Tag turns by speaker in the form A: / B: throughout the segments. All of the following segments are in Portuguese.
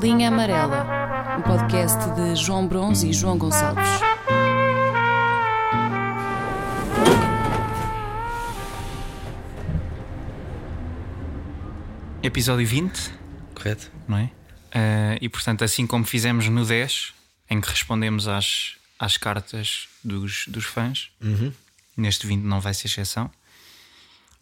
A: Linha Amarela, um podcast de João Bronze e João Gonçalves.
B: Episódio 20,
C: Correto?
B: não é? Eh, e portanto, assim como fizemos no 10, em que respondemos às, às cartas dos, dos fãs, neste 20 não vai ser exceção.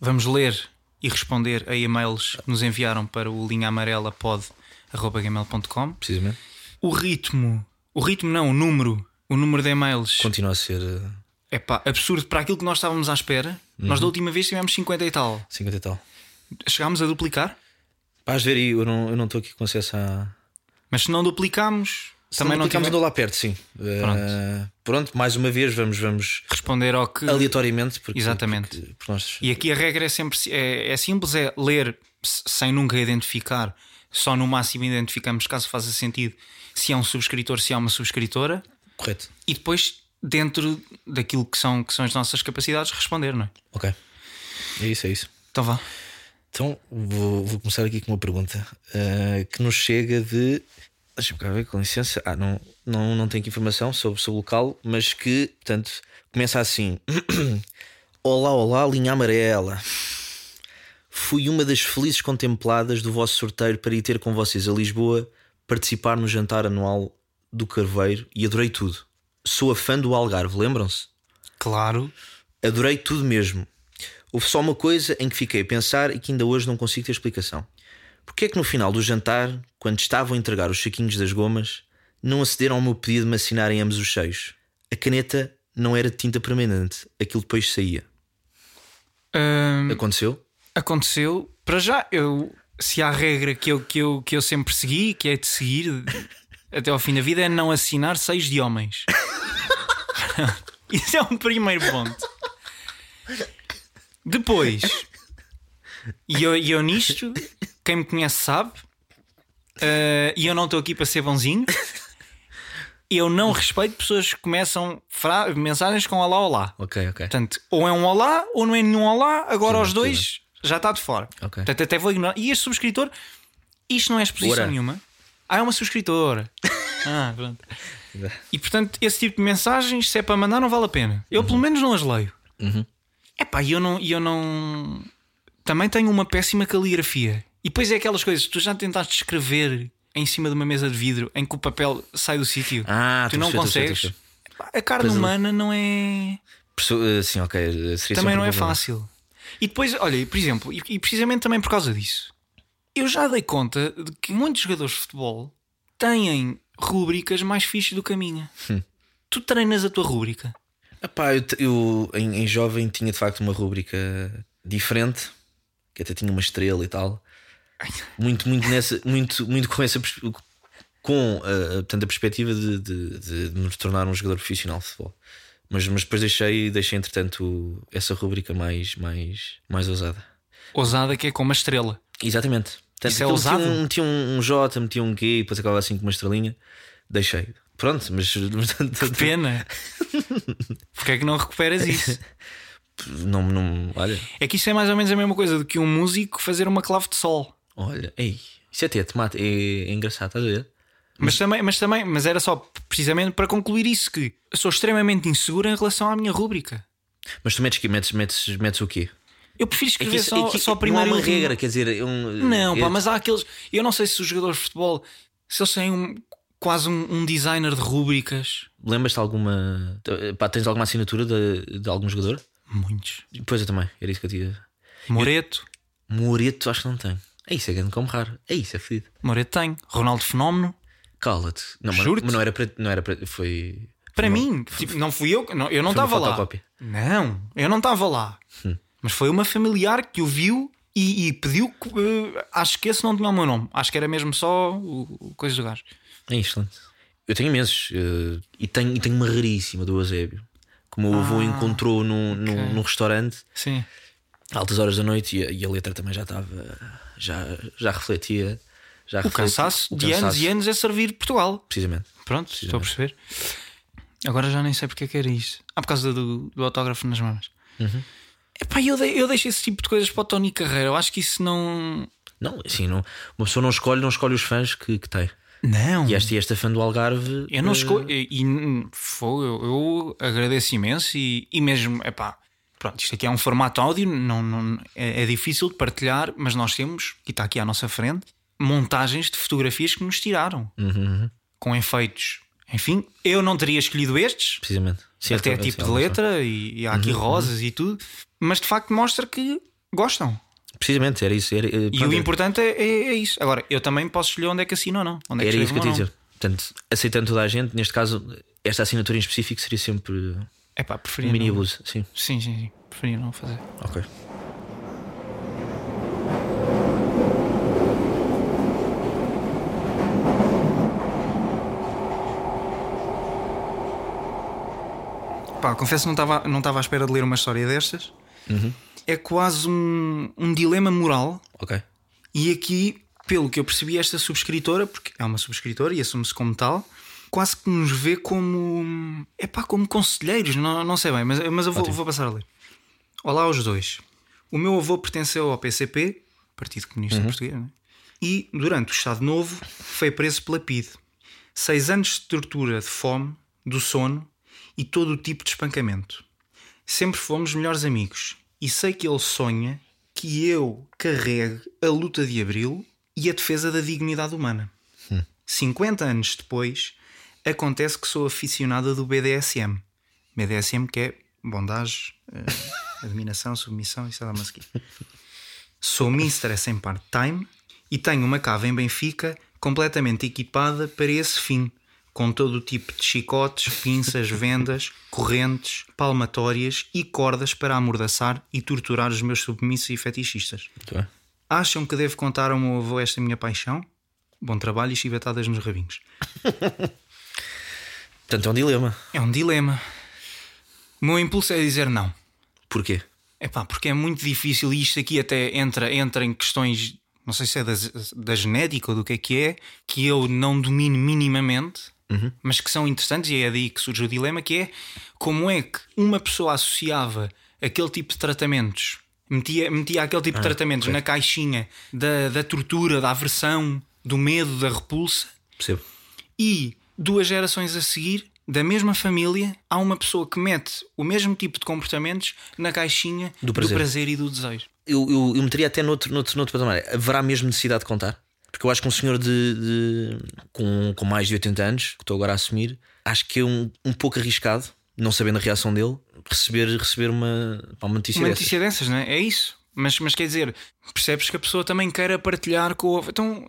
B: Vamos ler e responder a e-mails que nos enviaram para o linhaamarelapod.com.
C: Precisamente.
B: O ritmo, o ritmo não, o número, o número de e-mails
C: Continua a ser eh,
B: é pá, absurdo para aquilo que nós estávamos à espera. Nós da última vez tivemos 50 e tal.
C: 50 e tal.
B: Chegámos a duplicar,
C: Vais ver aí, eu não eu não estou aqui com acesso a.
B: mas se não duplicámos, também não
C: ficamos
B: tivemos
C: andou lá perto, sim. Eh, pronto, mais uma vez vamos, vamos
B: responder ao que.
C: aleatoriamente. Porque,
B: Exatamente.
C: porque- porque nós-
B: E aqui a regra é sempre si- é, é simples: é ler s- sem nunca identificar. Só no máximo identificamos, caso faça sentido, se é um subscritor, se é uma subscritora.
C: Correto.
B: E depois, dentro daquilo que são, que são as nossas capacidades, responder, não é?
C: Ok. É isso, é isso.
B: Então vá.
C: Então vou, vou começar aqui com uma pergunta eh, que nos chega de. Deixa-me cá ver, com licença. Ah, não, não, não tenho aqui informação sobre, sobre o local, mas que, portanto, começa assim: Olá, olá, linha amarela. Fui uma das felizes contempladas do vosso sorteio para ir ter com vocês a Lisboa, participar no jantar anual do Carveiro e adorei tudo. Sou a fã do Algarve, lembram-se?
B: Claro.
C: Adorei tudo mesmo. Houve só uma coisa em que fiquei a pensar e que ainda hoje não consigo ter explicação. Porquê é que no final do jantar, quando estavam a entregar os saquinhos das gomas, não acederam ao meu pedido de me assinarem ambos os cheios? A caneta não era de tinta permanente, aquilo depois saía.
B: Hum,
C: Aconteceu?
B: aconteceu. Para já, eu. Se há regra que eu, que, eu, que eu sempre segui, que é de seguir até ao fim da vida, é não assinar seis de homens. Isso é um primeiro ponto. Depois, e eu, e eu nisto, quem me conhece sabe, eh, e eu não estou aqui para ser bonzinho. Eu não respeito pessoas que começam fra- mensagens com olá, olá.
C: Ok, ok.
B: Portanto, ou é um olá ou não é nenhum olá, agora os dois já está de fora.
C: Ok.
B: Portanto, até vou ignorar. E este subscritor, isto não é exposição
C: Ora.
B: nenhuma. Ah, é uma subscritora. ah, pronto. E portanto, esse tipo de mensagens, se é para mandar, não vale a pena. Eu
C: Uhum.
B: pelo menos não as leio. É pá, e eu não, e eu não. Também tenho uma péssima caligrafia. E depois é aquelas coisas, tu já tentaste escrever em cima de uma mesa de vidro em que o papel sai do sítio.
C: Ah,
B: tu
C: estou a
B: não
C: perceber,
B: consegues.
C: estou a perceber, estou a
B: Epá, A carne humana não é
C: Perso- eh, sim, ok. eh, seria sempre
B: também não
C: um
B: é
C: problema.
B: fácil. E depois, olha, e por exemplo, e, e precisamente também por causa disso, eu já dei conta de que muitos jogadores de futebol têm rúbricas mais fixes do que a minha.
C: Hum.
B: Tu treinas a tua rúbrica.
C: Epá, eu, te- eu em, em jovem tinha de facto uma rúbrica diferente, que até tinha uma estrela e tal. Muito, muito, nessa, muito, muito com essa pers- com a, a- portanto, a perspectiva de, de- de- de me tornar um jogador profissional de futebol. Mas, mas depois deixei, deixei entretanto essa rúbrica mais, mais, mais ousada.
B: Ousada que é com uma estrela.
C: Exatamente. Portanto,
B: Isso é
C: aquilo
B: ousado.
C: Metia um, metia um, um J, metia um Q e depois acabava assim com uma estrelinha. Deixei. Pronto, mas, mas
B: Pena. Porque é que não recuperas isso?
C: não, não. Olha.
B: É que isso é mais ou menos a mesma coisa do que um músico fazer uma clave de sol.
C: Olha, ei, isso é até tomate, é, é engraçado, estás a ver?
B: Mas também, mas também, mas era só precisamente para concluir isso que eu sou extremamente inseguro em relação à minha rúbrica.
C: Mas tu metes, que- metes, metes, metes o quê?
B: Eu prefiro
C: É
B: escrever
C: isso-
B: só,
C: é que
B: só a
C: não há
B: primeira
C: uma
B: rima.
C: regra, quer dizer, é um,
B: Não,
C: é-
B: pá, mas há aqueles. Eu não sei se os jogadores de futebol, se eles têm um, quase um, um designer de rúbricas.
C: Lembras-te alguma. Pá, tens alguma assinatura de, de algum jogador?
B: Muitos.
C: Pois eu também, era isso que eu tinha.
B: Moreto.
C: Moreto, acho que não tem. É isso, é grande como raro. É isso, é fedido.
B: Moreto tem. Ronaldo Fenómeno.
C: Cala-te. Não, mas,
B: Juro-te.
C: mas não era para. Não era para foi.
B: Para mim, tipo, não fui eu. que- Não, eu não
C: Foi uma
B: estava lá.
C: fotocópia.
B: Não, eu não estava lá. Mas foi uma familiar que o viu e, e pediu. que, eh, acho que esse não tinha o meu nome. Acho que era mesmo só o, o coisa do gajo.
C: É excelente. Eu tenho imensos. eh, e, tenho, e tenho uma raríssima do Eusébio. Que o meu
B: Ah,
C: avô encontrou num, num, num restaurante
B: Sim.
C: altas horas da noite e a, e a letra também já estava já, já refletia já
B: O cansaço de anos e anos é servir Portugal.
C: precisamente
B: Pronto, estou a perceber. Agora já nem sei porque é que era isso. Ah, por causa do, do autógrafo nas mamas. Epá, eu, de, eu deixo esse tipo de coisas para o Tony Carreira. Eu acho que isso não.
C: não assim não uma pessoa não escolhe não escolhe os fãs que, que tem
B: Não.
C: E esta, e esta fã do Algarve.
B: Hum. Eu não
C: eh,
B: escolho. E, e foi, eu, eu agradeço imenso e, e mesmo, epá, pronto, isto aqui é um formato áudio, não, não- é, é difícil de partilhar, mas nós temos, e está aqui à nossa frente, montagens de fotografias que nos tiraram com efeitos. Enfim, eu não teria escolhido estes,
C: Precisamente. Sim, Uhum,
B: até
C: eu- eu-
B: tipo
C: eu-
B: de letra, e, e há aqui rosas e tudo, mas de facto mostra que gostam.
C: Precisamente, era isso. Era, eh,
B: E o importante é, é- é isso. Agora, eu também posso escolher onde é que assino ou não. Onde é
C: Era isso que eu
B: escrevo
C: te ia
B: ou não.
C: dizer. Portanto, aceitando toda a gente, neste caso, esta assinatura em específico seria sempre
B: Epá, preferia
C: um mini
B: não.
C: abuso. Sim,
B: Sim, sim, sim. Preferia não fazer.
C: ok.
B: Pá, confesso que não estava não estava à espera de ler uma história destas.
C: Uhum.
B: É quase um, um dilema moral.
C: Ok.
B: E aqui, pelo que eu percebi, esta subscritora, porque é uma subscritora e assume-se como tal, quase que nos vê como. É pá, como conselheiros, não, não sei bem, mas, mas eu vou, vou passar a ler. Olá aos dois. O meu avô pertenceu ao PCP, Partido Comunista Português, não é? e durante o Estado Novo foi preso pela PIDE. Seis anos de tortura de fome, do sono e todo o tipo de espancamento. Sempre fomos melhores amigos e sei que ele sonha que eu carregue a luta de Abril e a defesa da dignidade humana. 50 anos depois, acontece que sou aficionada do BDSM. BDSM que é bondage, eh, admiração, submissão e sei lá mais o quê. Sou mistress em part-time e tenho uma cava em Benfica completamente equipada para esse fim, com todo o tipo de chicotes, pinças, vendas, correntes, palmatórias e cordas para amordaçar e torturar os meus submissos e fetichistas.
C: Muito bem.
B: Acham que devo contar ao meu avô esta minha paixão? Bom trabalho e chibatadas nos rabinhos.
C: Portanto, é um dilema.
B: É um dilema. O meu impulso é dizer não.
C: Porquê?
B: Epá, porque é muito difícil e isto aqui até entra, entra em questões, não sei se é da, da genética ou do que é que é, que eu não domino minimamente, mas que são interessantes e é daí que surge o dilema, que é como é que uma pessoa associava aquele tipo de tratamentos, metia, metia aquele tipo de tratamentos na caixinha da, da tortura, da aversão, do medo, da repulsa,
C: Percebo.
B: e duas gerações a seguir, da mesma família, há uma pessoa que mete o mesmo tipo de comportamentos na caixinha
C: Do prazer.
B: e do desejo.
C: Eu, eu, eu meteria até noutro, noutro, noutro patamar. Haverá mesmo necessidade de contar? Porque eu acho que um senhor de, de- com, com mais de 80 anos, que estou agora a assumir, acho que é um, um pouco arriscado, não sabendo a reação dele, receber, receber uma, pá, uma notícia
B: Uma
C: dessas.
B: notícia dessas, não é? É isso. Mas, mas quer dizer, percebes que a pessoa também queira partilhar com o. Então,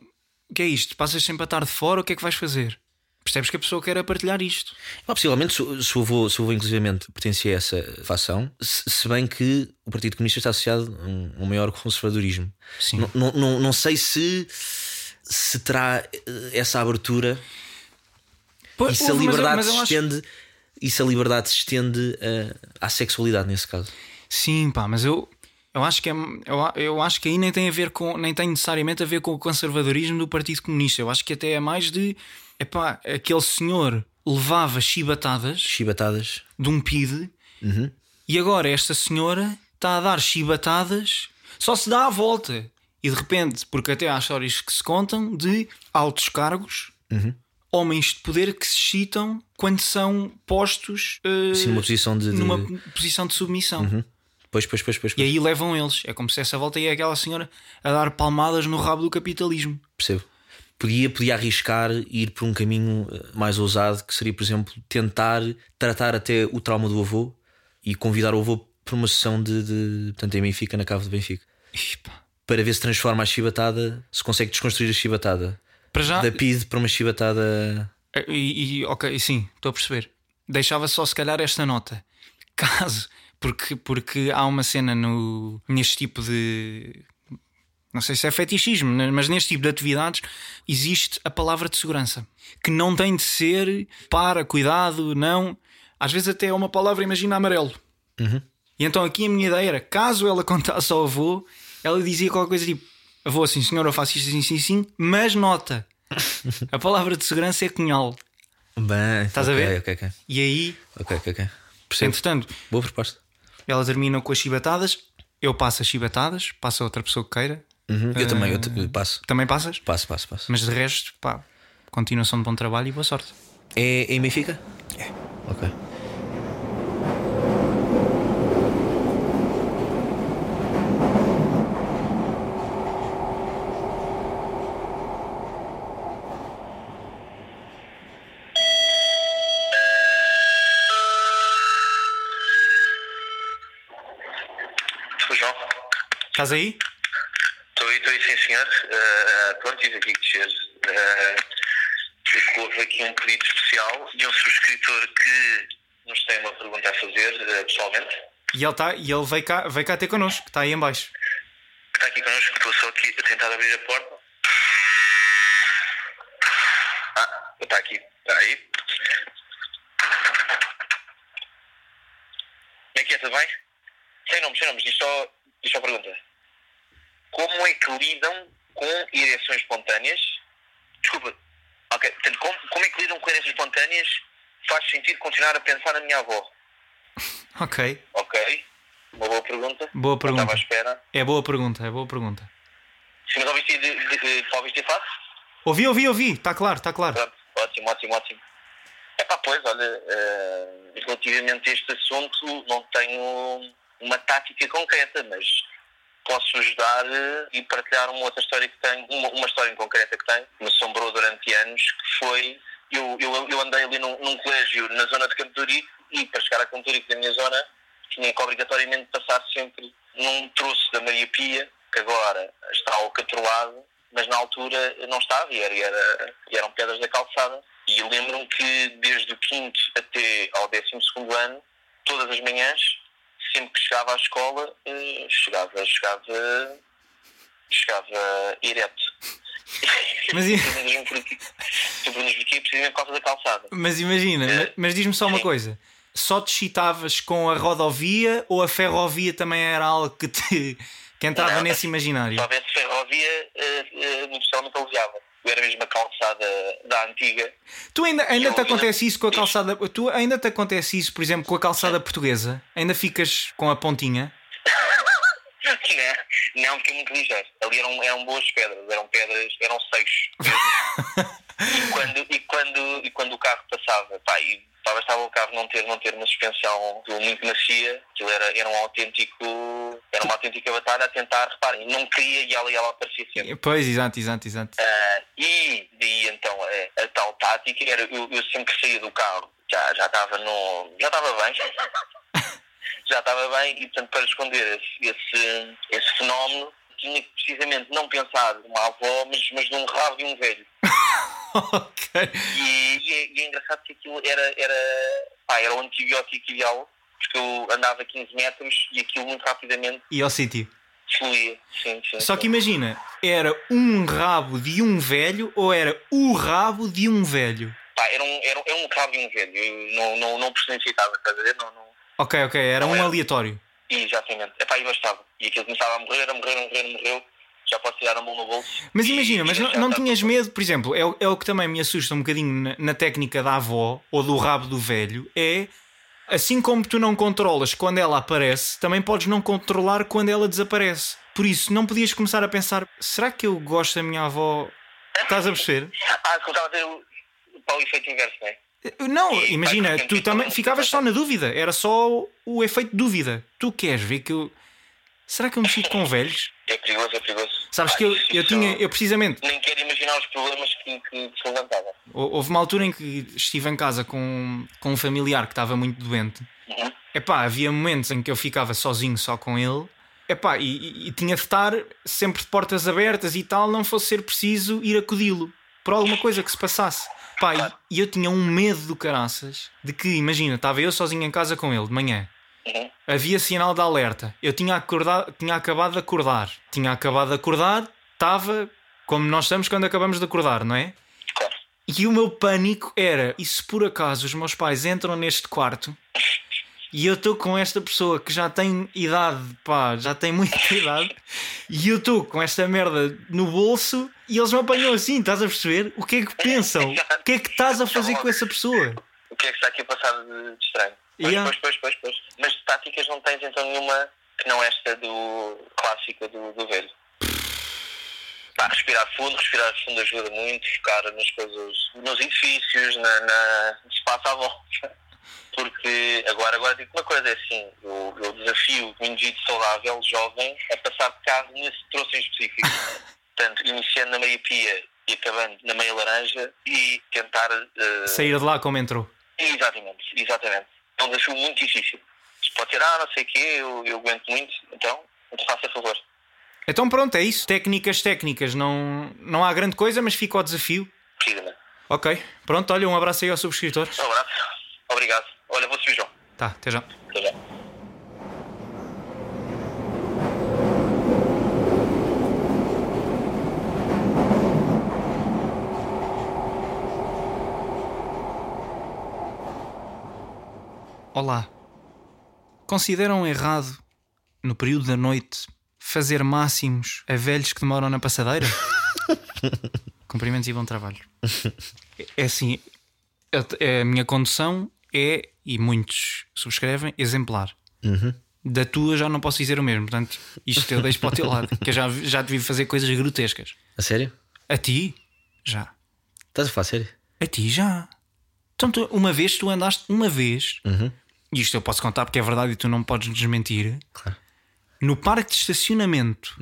B: o que é isto? Passas sempre a tarde fora, o que é que vais fazer? Percebes que a pessoa queira partilhar isto.
C: Ah, possivelmente, se o- se o avô, se o avô inclusivamente pertencia a essa facção, se, se bem que o Partido Comunista está associado a um, um maior conservadorismo.
B: Sim.
C: Não, não, não, não sei se, se terá eh, essa abertura e se a
B: Houve, mas eu-
C: liberdade
B: mas eu
C: se
B: acho-
C: estende. E se a liberdade se estende eh, à sexualidade, nesse caso.
B: Sim, pá, mas eu, eu, acho que é, eu, a- eu acho que aí nem tem a ver com, nem tem necessariamente a ver com o conservadorismo do Partido Comunista. Eu acho que até é mais de epá, aquele senhor levava chibatadas
C: Chibatadas.
B: de um PID
C: Uhum.
B: e agora esta senhora está a dar chibatadas, só se dá a volta. E de repente, porque até há histórias que se contam de altos cargos.
C: Uhum.
B: Homens de poder que se excitam quando são postos eh,
C: Sim, numa posição de. Uhum. de...
B: numa posição de submissão.
C: Pois, pois, pois, pois.
B: E
C: pois.
B: aí levam eles. É como se essa volta ia aquela senhora a dar palmadas no rabo do capitalismo.
C: Percebo. Podia, podia arriscar ir por um caminho eh, mais ousado, que seria, por exemplo, tentar tratar até o trauma do avô e convidar o avô para uma sessão de. de portanto, em Benfica, na Cave de Benfica.
B: Epá.
C: Para ver se transforma a chibatada, se consegue desconstruir a chibatada.
B: Para já.
C: Da PID para uma chibatada.
B: E, e- ok, sim, estou a perceber. Deixava só se calhar esta nota. Caso. Porque, porque há uma cena no, neste tipo de. Não sei se é fetichismo, né, mas neste tipo de atividades existe a palavra de segurança. Que não tem de ser para, cuidado, não. Às vezes até é uma palavra, imagina, amarelo. E então aqui a minha ideia era, caso ela contasse ao avô, ela dizia qualquer coisa tipo: Avô, sim senhor, eu faço isto, sim, sim, sim, mas nota, a palavra de segurança é cunhal.
C: Bem,
B: Estás a
C: ok,
B: ver?
C: Ok, ok.
B: E aí,
C: Ok, ok, ok. Percebo.
B: entretanto,
C: Boa proposta.
B: ela termina com as chibatadas, eu passo as chibatadas, passa outra pessoa que queira,
C: Uhum. Eu também, eu te- eu passo.
B: também passas,
C: Passo, passo, passo.
B: mas de resto, pá, Continuação de bom trabalho e boa sorte.
C: É em Benfica? É. Ok.
D: Sou João.
B: Estás aí?
D: Estou aí, estou aí, sim, senhor. Eh, eh, pronto, tive aqui que descer. Eh, porque houve aqui um pedido especial de um subscritor que nos tem uma pergunta a fazer, eh, pessoalmente, que
B: E ele, tá, e ele veio, cá, veio cá ter connosco, está aí em baixo.
D: está aqui connosco. Estou só aqui a tentar abrir a porta. Ah, está aqui. Está aí. Como é que é? Tudo bem? Sem nomes, sem nomes. Diz só, diz só a pergunta. como é que lidam com ereções espontâneas? Desculpa. Ok, portanto, como, como é que lidam com ereções espontâneas? Faz sentido continuar a pensar na minha avó?
B: Ok.
D: Ok? Uma boa pergunta.
B: Boa
D: Não
B: pergunta.
D: Estava à espera.
B: É boa pergunta, é boa pergunta.
D: Sim, mas ouviste de, de, de, de, ouviste de face?
B: Ouvi, ouvi, ouvi, está claro, está claro.
D: Pronto, ótimo, ótimo, ótimo. É pá, pois, olha, eh, relativamente a este assunto, não tenho uma tática concreta, mas posso ajudar eh, e partilhar uma outra história que tenho, uma, uma história em concreta que tenho, que me assombrou durante anos, que foi, eu, eu, eu andei ali num, num colégio na zona de Campo de Ourique e para chegar a Campo de Ourique da minha zona, tinha que obrigatoriamente passar sempre num troço da Maria Pia, que agora está alcatrolado, mas na altura não estava e, era, e era- e eram pedras da calçada. E lembro-me que desde o 5 até ao 12 ano, todas as manhãs, sempre que chegava à escola, eh, chegava, chegava, chegava ereto.
B: Mas e-
D: Tu perguntas-me porquê, tu perguntas-me porquê, precisamente por causa da calçada.
B: Mas imagina,
D: É.
B: mas, mas diz-me só uma
D: Sim.
B: coisa: só te chitavas com a rodovia ou a ferrovia também era algo que te que entrava
D: Não,
B: nesse imaginário?
D: Se houvesse ferrovia, eh, eh, no pessoal não aliviava. Eu era mesmo a calçada da antiga.
B: Tu ainda, ainda
D: Eu-
B: te acontece isso com a
D: Diz.
B: calçada. Tu ainda te acontece isso, por exemplo, com a calçada portuguesa? Ainda ficas com a pontinha?
D: Não, não, porque é muito ligeiro. Ali eram, eram boas pedras, eram pedras, eram seixos. e, quando, e, quando, e quando o carro passava, pá, e talvez estava o carro não ter, não ter uma suspensão muito macia, aquilo era, era um autêntico, era uma autêntica batalha a tentar, reparem, não queria e ela, e ela aparecia sempre.
B: Pois, exato, exato, exato.
D: Ah, e daí então a, a tal tática era eu, eu sempre que saía do carro já já estava no já estava bem já estava bem e portanto para esconder esse, esse, esse fenómeno tinha que precisamente não pensar numa avó mas, mas num rabo de um velho
B: ok.
D: e, e é, e é engraçado que aquilo era, era, pá, era o antibiótico ideal porque eu andava 15 metros e aquilo muito rapidamente
B: E ao sítio.
D: fluía sim, sim,
B: Só que
D: sim.
B: imagina, era um rabo de um velho ou era o rabo de um velho?
D: Pá, era um, era, um- era um rabo de um velho eu não, não, não personificava estás a ver? Não- não,
B: Ok, ok, era
D: Não
B: um
D: era.
B: aleatório.
D: Exatamente. Epá, e bastava. E aquilo começava a morrer, a morrer, a morrer, a morrer. Já posso tirar a mão no bolso.
B: Mas
D: E-
B: imagina, mas
D: e
B: não,
D: já
B: não
D: está
B: tinhas
D: tudo.
B: medo, por exemplo, é, o- é o que também me assusta um bocadinho na, na técnica da avó ou do rabo do velho, é assim como tu não controlas quando ela aparece, também podes não controlar quando ela desaparece. Por isso, não podias começar a pensar, será que eu gosto da minha avó? Estás a perceber?
D: Ah, que eu estava a ter o, para o efeito inverso, não é?
B: Não, imagina,
D: vai,
B: tu também ficavas só na dúvida, era só o, o efeito de dúvida. Tu queres ver que eu. Será que eu me sinto com velhos?
D: É perigoso, é perigoso.
B: Sabes
D: Pá,
B: que eu,
D: isso-
B: eu
D: isso
B: tinha, eu precisamente,
D: Nem quero imaginar os problemas que, que se levantavam.
B: Hou- Houve uma altura em que estive em casa com, com um familiar que estava muito doente.
D: Uhum.
B: Epá, havia momentos em que eu ficava sozinho só com ele. Epá, e, e- e tinha de estar sempre de portas abertas e tal, não fosse ser preciso ir acudi-lo por alguma coisa que se passasse. Pá, e- e eu tinha um medo do caraças de que, imagina, estava eu sozinho em casa com ele de manhã.
D: Uhum.
B: Havia sinal de alerta. Eu tinha, acordado, tinha acabado de acordar. Tinha acabado de acordar, estava como nós estamos quando acabamos de acordar, não é?
D: Claro.
B: E o meu pânico era: e se por acaso os meus pais entram neste quarto e eu estou com esta pessoa que já tem idade, pá, já tem muita idade, e eu estou com esta merda no bolso e eles me apanham assim, estás a perceber? O que é que pensam? O que é que estás a fazer com essa pessoa?
D: O que é que está aqui a passar de, de estranho? Pois,
B: Yeah.
D: pois, pois, pois, pois. Mas de táticas não tens então nenhuma que não esta do clássica do, do velho. Pá, Ah, respirar fundo, respirar fundo ajuda muito, focar nas coisas, nos edifícios, na, na no espaço à volta. Porque agora, agora digo uma coisa, é assim, eu, eu desafio um indivíduo saudável, jovem, a passar de carro nesse troço em específico. Portanto, iniciando na meia pia e acabando na meia laranja e tentar... eh,
B: Sair de lá como entrou.
D: Exatamente, exatamente. É um desafio muito difícil. Se pode ser, ah, não sei o quê, eu, eu aguento muito, então, eu te faço a favor.
B: Então pronto, é isso. Técnicas, técnicas. Não, não há grande coisa, mas fica o desafio.
D: Precisamente.
B: Ok. Pronto, olha, um abraço aí ao subscritor.
D: Um abraço. Obrigado. Olha, vou subir, João.
B: Tá, até já.
D: Até já.
B: Olá. Consideram errado, no período da noite, fazer máximos a velhos que demoram na passadeira? Cumprimentos e bom trabalho. É- É assim, a, a minha condução é, e muitos subscrevem, exemplar. Da tua já não posso dizer o mesmo, portanto, isto eu deixo para o teu lado, que eu já, vi- já devia fazer coisas grotescas.
C: A sério?
B: A ti? Já.
C: Estás a falar a sério?
B: A ti já. Então, tu- uma vez tu andaste uma vez, e isto eu posso contar porque é verdade e tu não me podes desmentir,
C: Claro.
B: no parque de estacionamento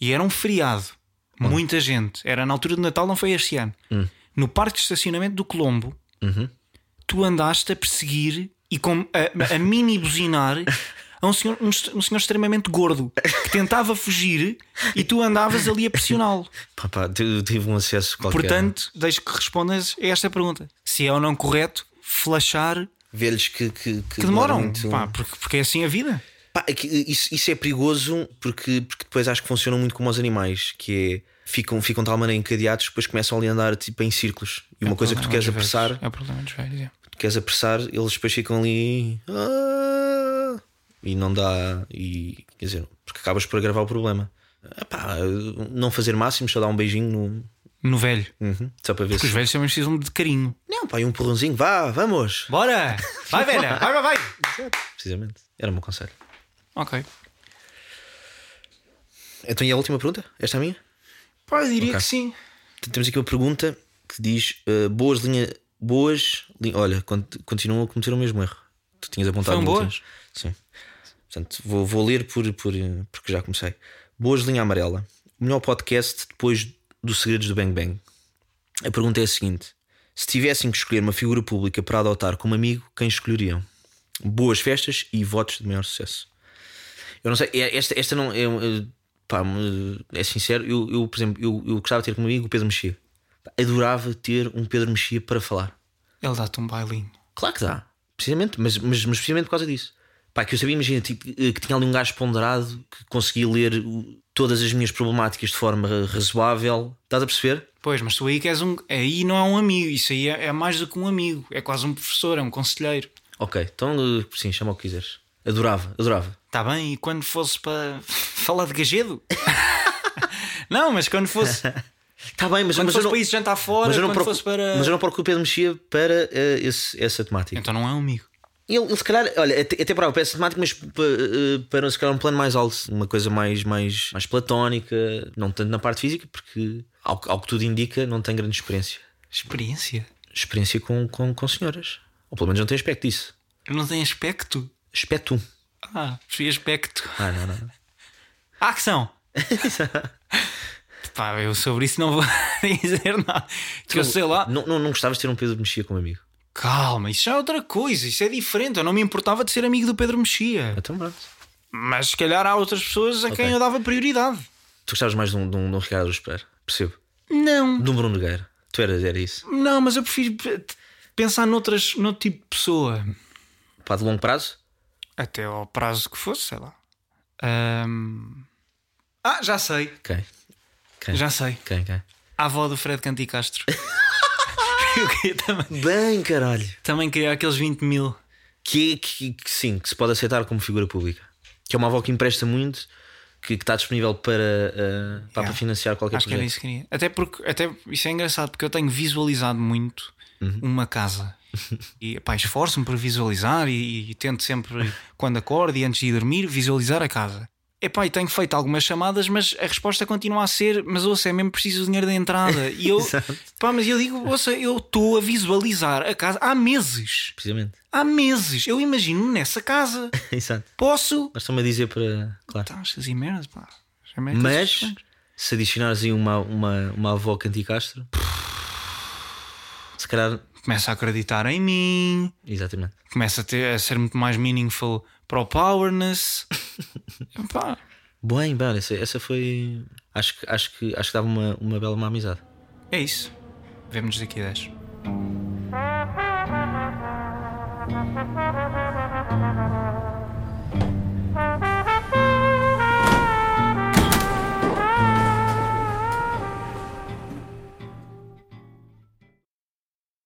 B: e era um feriado, muita gente, era na altura do Natal, não foi este ano. No parque de estacionamento do Colombo, tu andaste a perseguir e com, a, a mini buzinar. A um senhor, um est- um senhor extremamente gordo que tentava fugir e tu andavas ali a pressioná-lo.
C: Pá, pá, eu tive um acesso qualquer. um.
B: Portanto, deixo que respondas a esta pergunta: se é ou não correto flashar
C: velhos que, que, que
B: que demoram,
C: muito.
B: Pá, porque, porque é assim a vida.
C: Pá, é que isso, isso é perigoso porque, porque depois acho que funcionam muito como os animais, que é ficam, ficam de tal maneira encadeados que depois começam ali a andar tipo, em círculos. E uma coisa que tu queres
B: Problema dos
C: apressar,
B: velhos. É o problema dos velhos. é.
C: queres apressar, eles depois ficam ali "Ah", e não dá. E quer dizer, porque acabas por agravar o problema. Ah, pá, não fazer máximo, só dar um beijinho no-
B: No velho.
C: Uhum, só para ver
B: Porque os
C: se.
B: velhos também precisam de carinho.
C: Não, pá, e um porrãozinho, vá, vamos!
B: Bora! Vai, velha! Vai, vai, vai!
C: Precisamente, era o meu conselho.
B: Ok.
C: Então, e a última pergunta? Esta é a minha?
B: Pá, eu diria
C: Ok.
B: que sim.
C: Temos aqui uma pergunta que diz eh, boas linhas. Boas. lin- Olha, cont- continuam a cometer o mesmo erro. Tu tinhas apontado
B: Foram
C: no
B: boas?
C: último. Sim. Portanto, vou, vou ler por, por, eh, porque já comecei. Boas linha amarela. O melhor podcast depois dos segredos do Bang Bang. A pergunta é a seguinte: se tivessem que escolher uma figura pública para adotar como amigo, quem escolheriam? Boas festas e votos de maior sucesso. Eu não sei, é- esta, esta não. É, é, pá, é sincero, eu, eu, por exemplo, eu, eu gostava de ter como amigo o Pedro Mexia. Adorava ter um Pedro Mexia para falar.
B: Ele dá-te um bailinho.
C: Claro que dá, precisamente, mas, mas, mas precisamente por causa disso. Pá, que eu sabia, imagina, tipo, eh, que tinha ali um gajo ponderado que conseguia ler o- todas as minhas problemáticas de forma razoável. Estás a perceber?
B: Pois, mas tu aí que és um. Aí não é um amigo. Isso aí é, é mais do que um amigo. É quase um professor, é um conselheiro.
C: Ok, então eh, sim, chama o que quiseres. Adorava, adorava.
B: Está Tá bem, e quando fosse para falar de gajedo? não, mas quando fosse.
C: Está Tá bem, mas,
B: Quando
C: mas
B: fosse
C: eu não,
B: para isso jantar fora,
C: mas eu não
B: quando
C: procu-
B: fosse para.
C: mas eu não procuro o Pedro Mexia para eh, esse- essa temática.
B: Então não é um amigo.
C: Ele, ele se calhar, olha, até, até para essa temática, mas pa- eh, para se calhar um plano mais alto, uma coisa mais, mais, mais platónica, não tanto na parte física, porque ao, que- ao que tudo indica, não tem grande experiência.
B: Experiência.
C: Experiência com, com, com senhoras. Ou pelo menos não tem aspecto disso.
B: Não tem aspecto?
C: Aspecto. um.
B: Ah, percebi aspecto.
C: Ah, não, não.
B: Ação! Pá, eu sobre isso não vou dizer nada. Que eu sei lá.
C: Não, não, não gostavas de ter um Pedro Mexia como amigo.
B: Calma, isso já é outra coisa, isso é diferente. Eu não me importava de ser amigo do Pedro Mexia.
C: Então pronto.
B: Mas se calhar há outras pessoas a quem eu dava prioridade.
C: Tu gostavas mais de um, de um, de um Ricardo Esperar, percebo.
B: Não,
C: De um Bruno Nogueira. Tu eras, era isso.
B: não, mas eu prefiro p- pensar noutras, noutro tipo de pessoa.
C: Pá, de longo prazo?
B: Até ao prazo que fosse, sei lá. Ahm. Ah, já sei,
C: Quem? Quem?
B: já sei.
C: Quem, quem?
B: A avó do Fred Canticastro. eu queria também.
C: Bem, caralho.
B: Também queria aqueles 20 mil.
C: que, é que- que sim, que se pode aceitar como figura pública. Que é uma avó que empresta muito, que, que está disponível para, eh, pá, para financiar qualquer
B: Acho que é era
C: projeto.
B: isso que queria. Até porque até, isso é engraçado, porque eu tenho visualizado muito
C: Uhum.
B: uma casa. E pá, esforço-me para visualizar e, e tento sempre, quando acordo e antes de ir dormir, visualizar a casa. Epá, e tenho feito algumas chamadas, mas a resposta continua a ser: Mas ouça, é mesmo preciso o dinheiro da entrada. E eu,
C: Exato.
B: pá, mas eu digo: Ouça, eu estou a visualizar a casa há meses.
C: Precisamente.
B: Há meses. Eu imagino-me nessa casa.
C: Exato.
B: Posso.
C: Mas estão-me a dizer para. Claro.
B: Tá, estas e merdas, pá. Já metem-se
C: Mas
B: os bancos.
C: se adicionares aí uma, uma, uma avó canticastro, se calhar.
B: Começa a acreditar em mim.
C: Exatamente.
B: começa a, ter- a ser muito mais meaningful para o powerness. Epá,
C: Bem, bem, essa, essa foi. Acho que, acho que, acho que dava uma, uma bela uma amizade.
B: é isso. Vemo-nos daqui a 10.